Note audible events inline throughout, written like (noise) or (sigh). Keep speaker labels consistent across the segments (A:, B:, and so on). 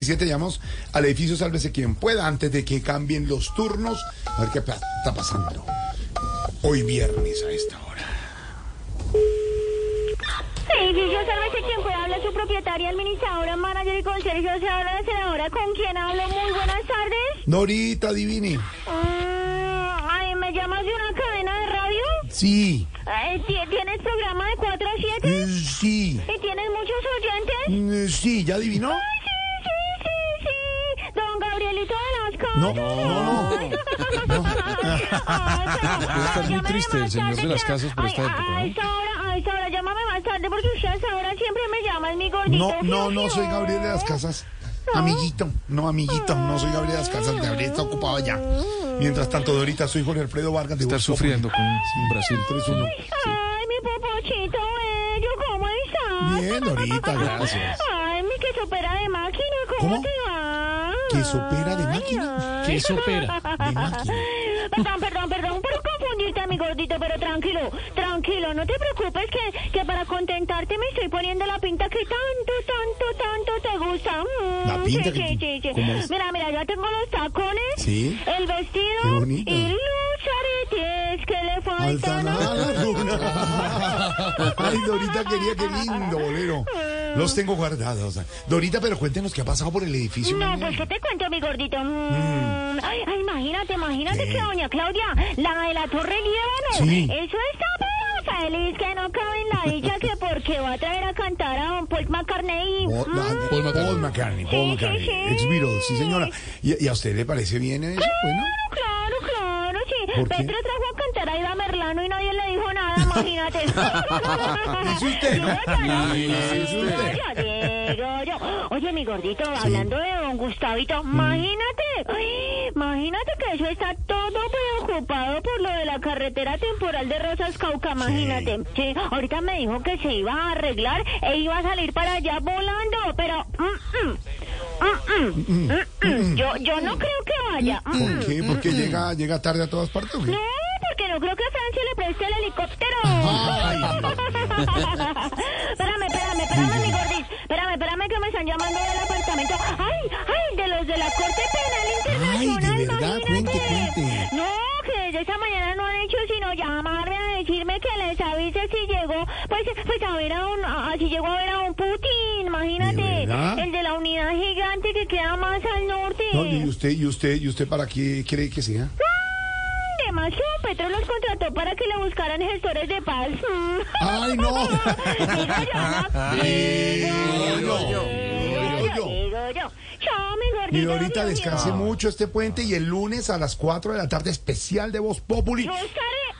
A: 17 llamamos al edificio Sálvese quien pueda antes de que cambien los turnos. A ver qué pa- está pasando. Hoy viernes a esta hora.
B: Edificio, sálvese quien pueda habla su propietaria, administradora, manager y conserje, se habla la senadora con quien hablo. Muy buenas tardes.
A: Norita Divini.
B: Mm, ay, ¿me llamas de una cadena de radio?
A: Sí.
B: Ay, ti- ¿Tienes programa de 4 a 7?
A: Eh, Sí.
B: ¿Y tienes muchos oyentes?
A: Mm, eh, Sí, ¿ya adivinó?
B: Ay, sí, sí, sí, sí. Don Gabrielito Velasco.
A: No, no, no.
B: (laughs) Ay,
C: (laughs)
B: pero-
C: Está muy
B: llámame
C: triste el
B: más
C: señor
B: tarde
C: de las
B: que-
C: casas por
B: ay,
C: esta época,
B: A
C: ¿no?
B: esta hora, a esta hora, llámame más tarde porque usted a esta hora siempre me llama, es mi gordito.
A: No, no, no
B: fiu,
A: soy
B: fiu.
A: Gabriel de las Casas. Amiguito, no, amiguito, no soy Gabriel de las Casas. Gabriel está ocupado ya. Mientras tanto, Dorita, soy Jorge Alfredo Vargas de
C: Estar
A: Voz Populi.
C: sufriendo con Brasil 3-1.
B: Ay, mi popochito bello, ¿cómo estás?
A: Bien, Dorita, gracias.
B: Ay, mi que sopera de máquina, ¿cómo,
A: ¿Cómo?
B: te va?
A: ¿Quesopera de máquina?
B: Ay, ay. (laughs)
C: sopera?
A: De máquina.
B: Perdón, perdón, perdón por confundirte, mi gordito, pero tranquilo, tranquilo, no te preocupes que, que para contentarte me estoy poniendo la pinta que tanto, tanto, tanto te gusta. Mm,
A: ¿La pinta que- cómo es?
B: Mira, mira, ya tengo los tacones,
A: Sí.
B: el
A: Qué
B: vestido
A: bonito.
B: y los aretes que le
A: Alta
B: faltan.
A: nada la (laughs) luna. Ay, Dorita quería, qué lindo, bolero. Los tengo guardados. Dorita, pero cuéntenos qué ha pasado por el edificio.
B: No,
A: mañana.
B: pues ¿qué te cuento, mi gordito? Mm. Ay, ay, imagínate, imagínate
A: ¿Qué?
B: que doña Claudia, la de la Torre Líbano,
A: Sí.
B: eso está pero feliz que no cabe en la dicha que porque va a traer a cantar a don Paul McCartney.
A: Oh,
B: Mm.
A: la- Paul McCartney, Paul
B: Sí,
A: McCartney,
B: sí, sí.
A: ex Beatles, sí señora. ¿Y, y a usted le parece bien eso? Bueno,
B: Claro, claro, sí.
A: ¿Por qué?
B: Petro trajo a cantar a Ida Merlano y nadie le dijo nada, imagínate.
A: (laughs) Dice usted, ¿no?
B: Yo ya lo
A: Sí, dice
B: digo,
A: usted.
B: yo digo yo. Oye, mi gordito, hablando de don Gustavito,
A: Mm.
B: imagínate, ay, imagínate que eso está todo preocupado por lo de la carretera temporal de Rosas Cauca, imagínate. Sí, ahorita me dijo que se iba a arreglar e iba a salir para allá volando, pero... mm, mm, mm, mm, mm, mm, Yo, yo no creo que vaya. mm,
A: ¿por qué? ¿Por qué llega, llega tarde a todas partes o qué?
B: no, porque no creo que Francia le preste el helicóptero.
A: Ay, Dios
B: (laughs) espérame, espérame, espérame, mi gordis. Espérame, espérame que me están llamando del apartamento. Ay, ay, de los de la Corte Penal
A: Ay,
B: Internacional.
A: de verdad,
B: imagínate.
A: cuente, cuente.
B: No, que desde esta mañana no han hecho sino llamarme a decirme que les avise si llegó, pues, pues a ver a un, a- si llegó a ver a un Putin,
A: ¿De
B: imagínate.
A: verdad?
B: El de la unidad gigante que queda más al norte.
A: No, ¿y usted, y usted, y usted para qué cree que sea?
B: Demasiado Petro los contrató para que le buscaran gestores de paz. (laughs) Mm.
A: ¡Ay, no!
B: Digo yo,
A: Digo yo, (laughs) digo
B: ¿no? Digo yo,
A: yo.
B: digo yo. Chao, mi gordito.
A: Y ahorita
B: Dios
A: descanse
B: mío.
A: mucho este puente y el lunes a las 4 de la tarde especial de Voz Populi.
B: Yo estaré,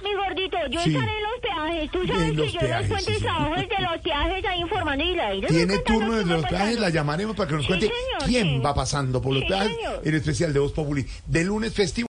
B: mi gordito, yo
A: Sí.
B: estaré en los peajes. Tú sabes
A: En los
B: que yo en
A: peajes,
B: los
A: sí,
B: puentes
A: sí.
B: abajo de los peajes ahí informando
A: (laughs)
B: y la iré
A: Tiene
B: contando
A: turno
B: qué
A: desde
B: va
A: los peajes,
B: pasando.
A: la llamaremos para que nos
B: Sí,
A: cuente
B: señor,
A: quién
B: sí.
A: va pasando por los
B: Sí,
A: peajes,
B: señor.
A: en especial de Voz Populi, de lunes festivo.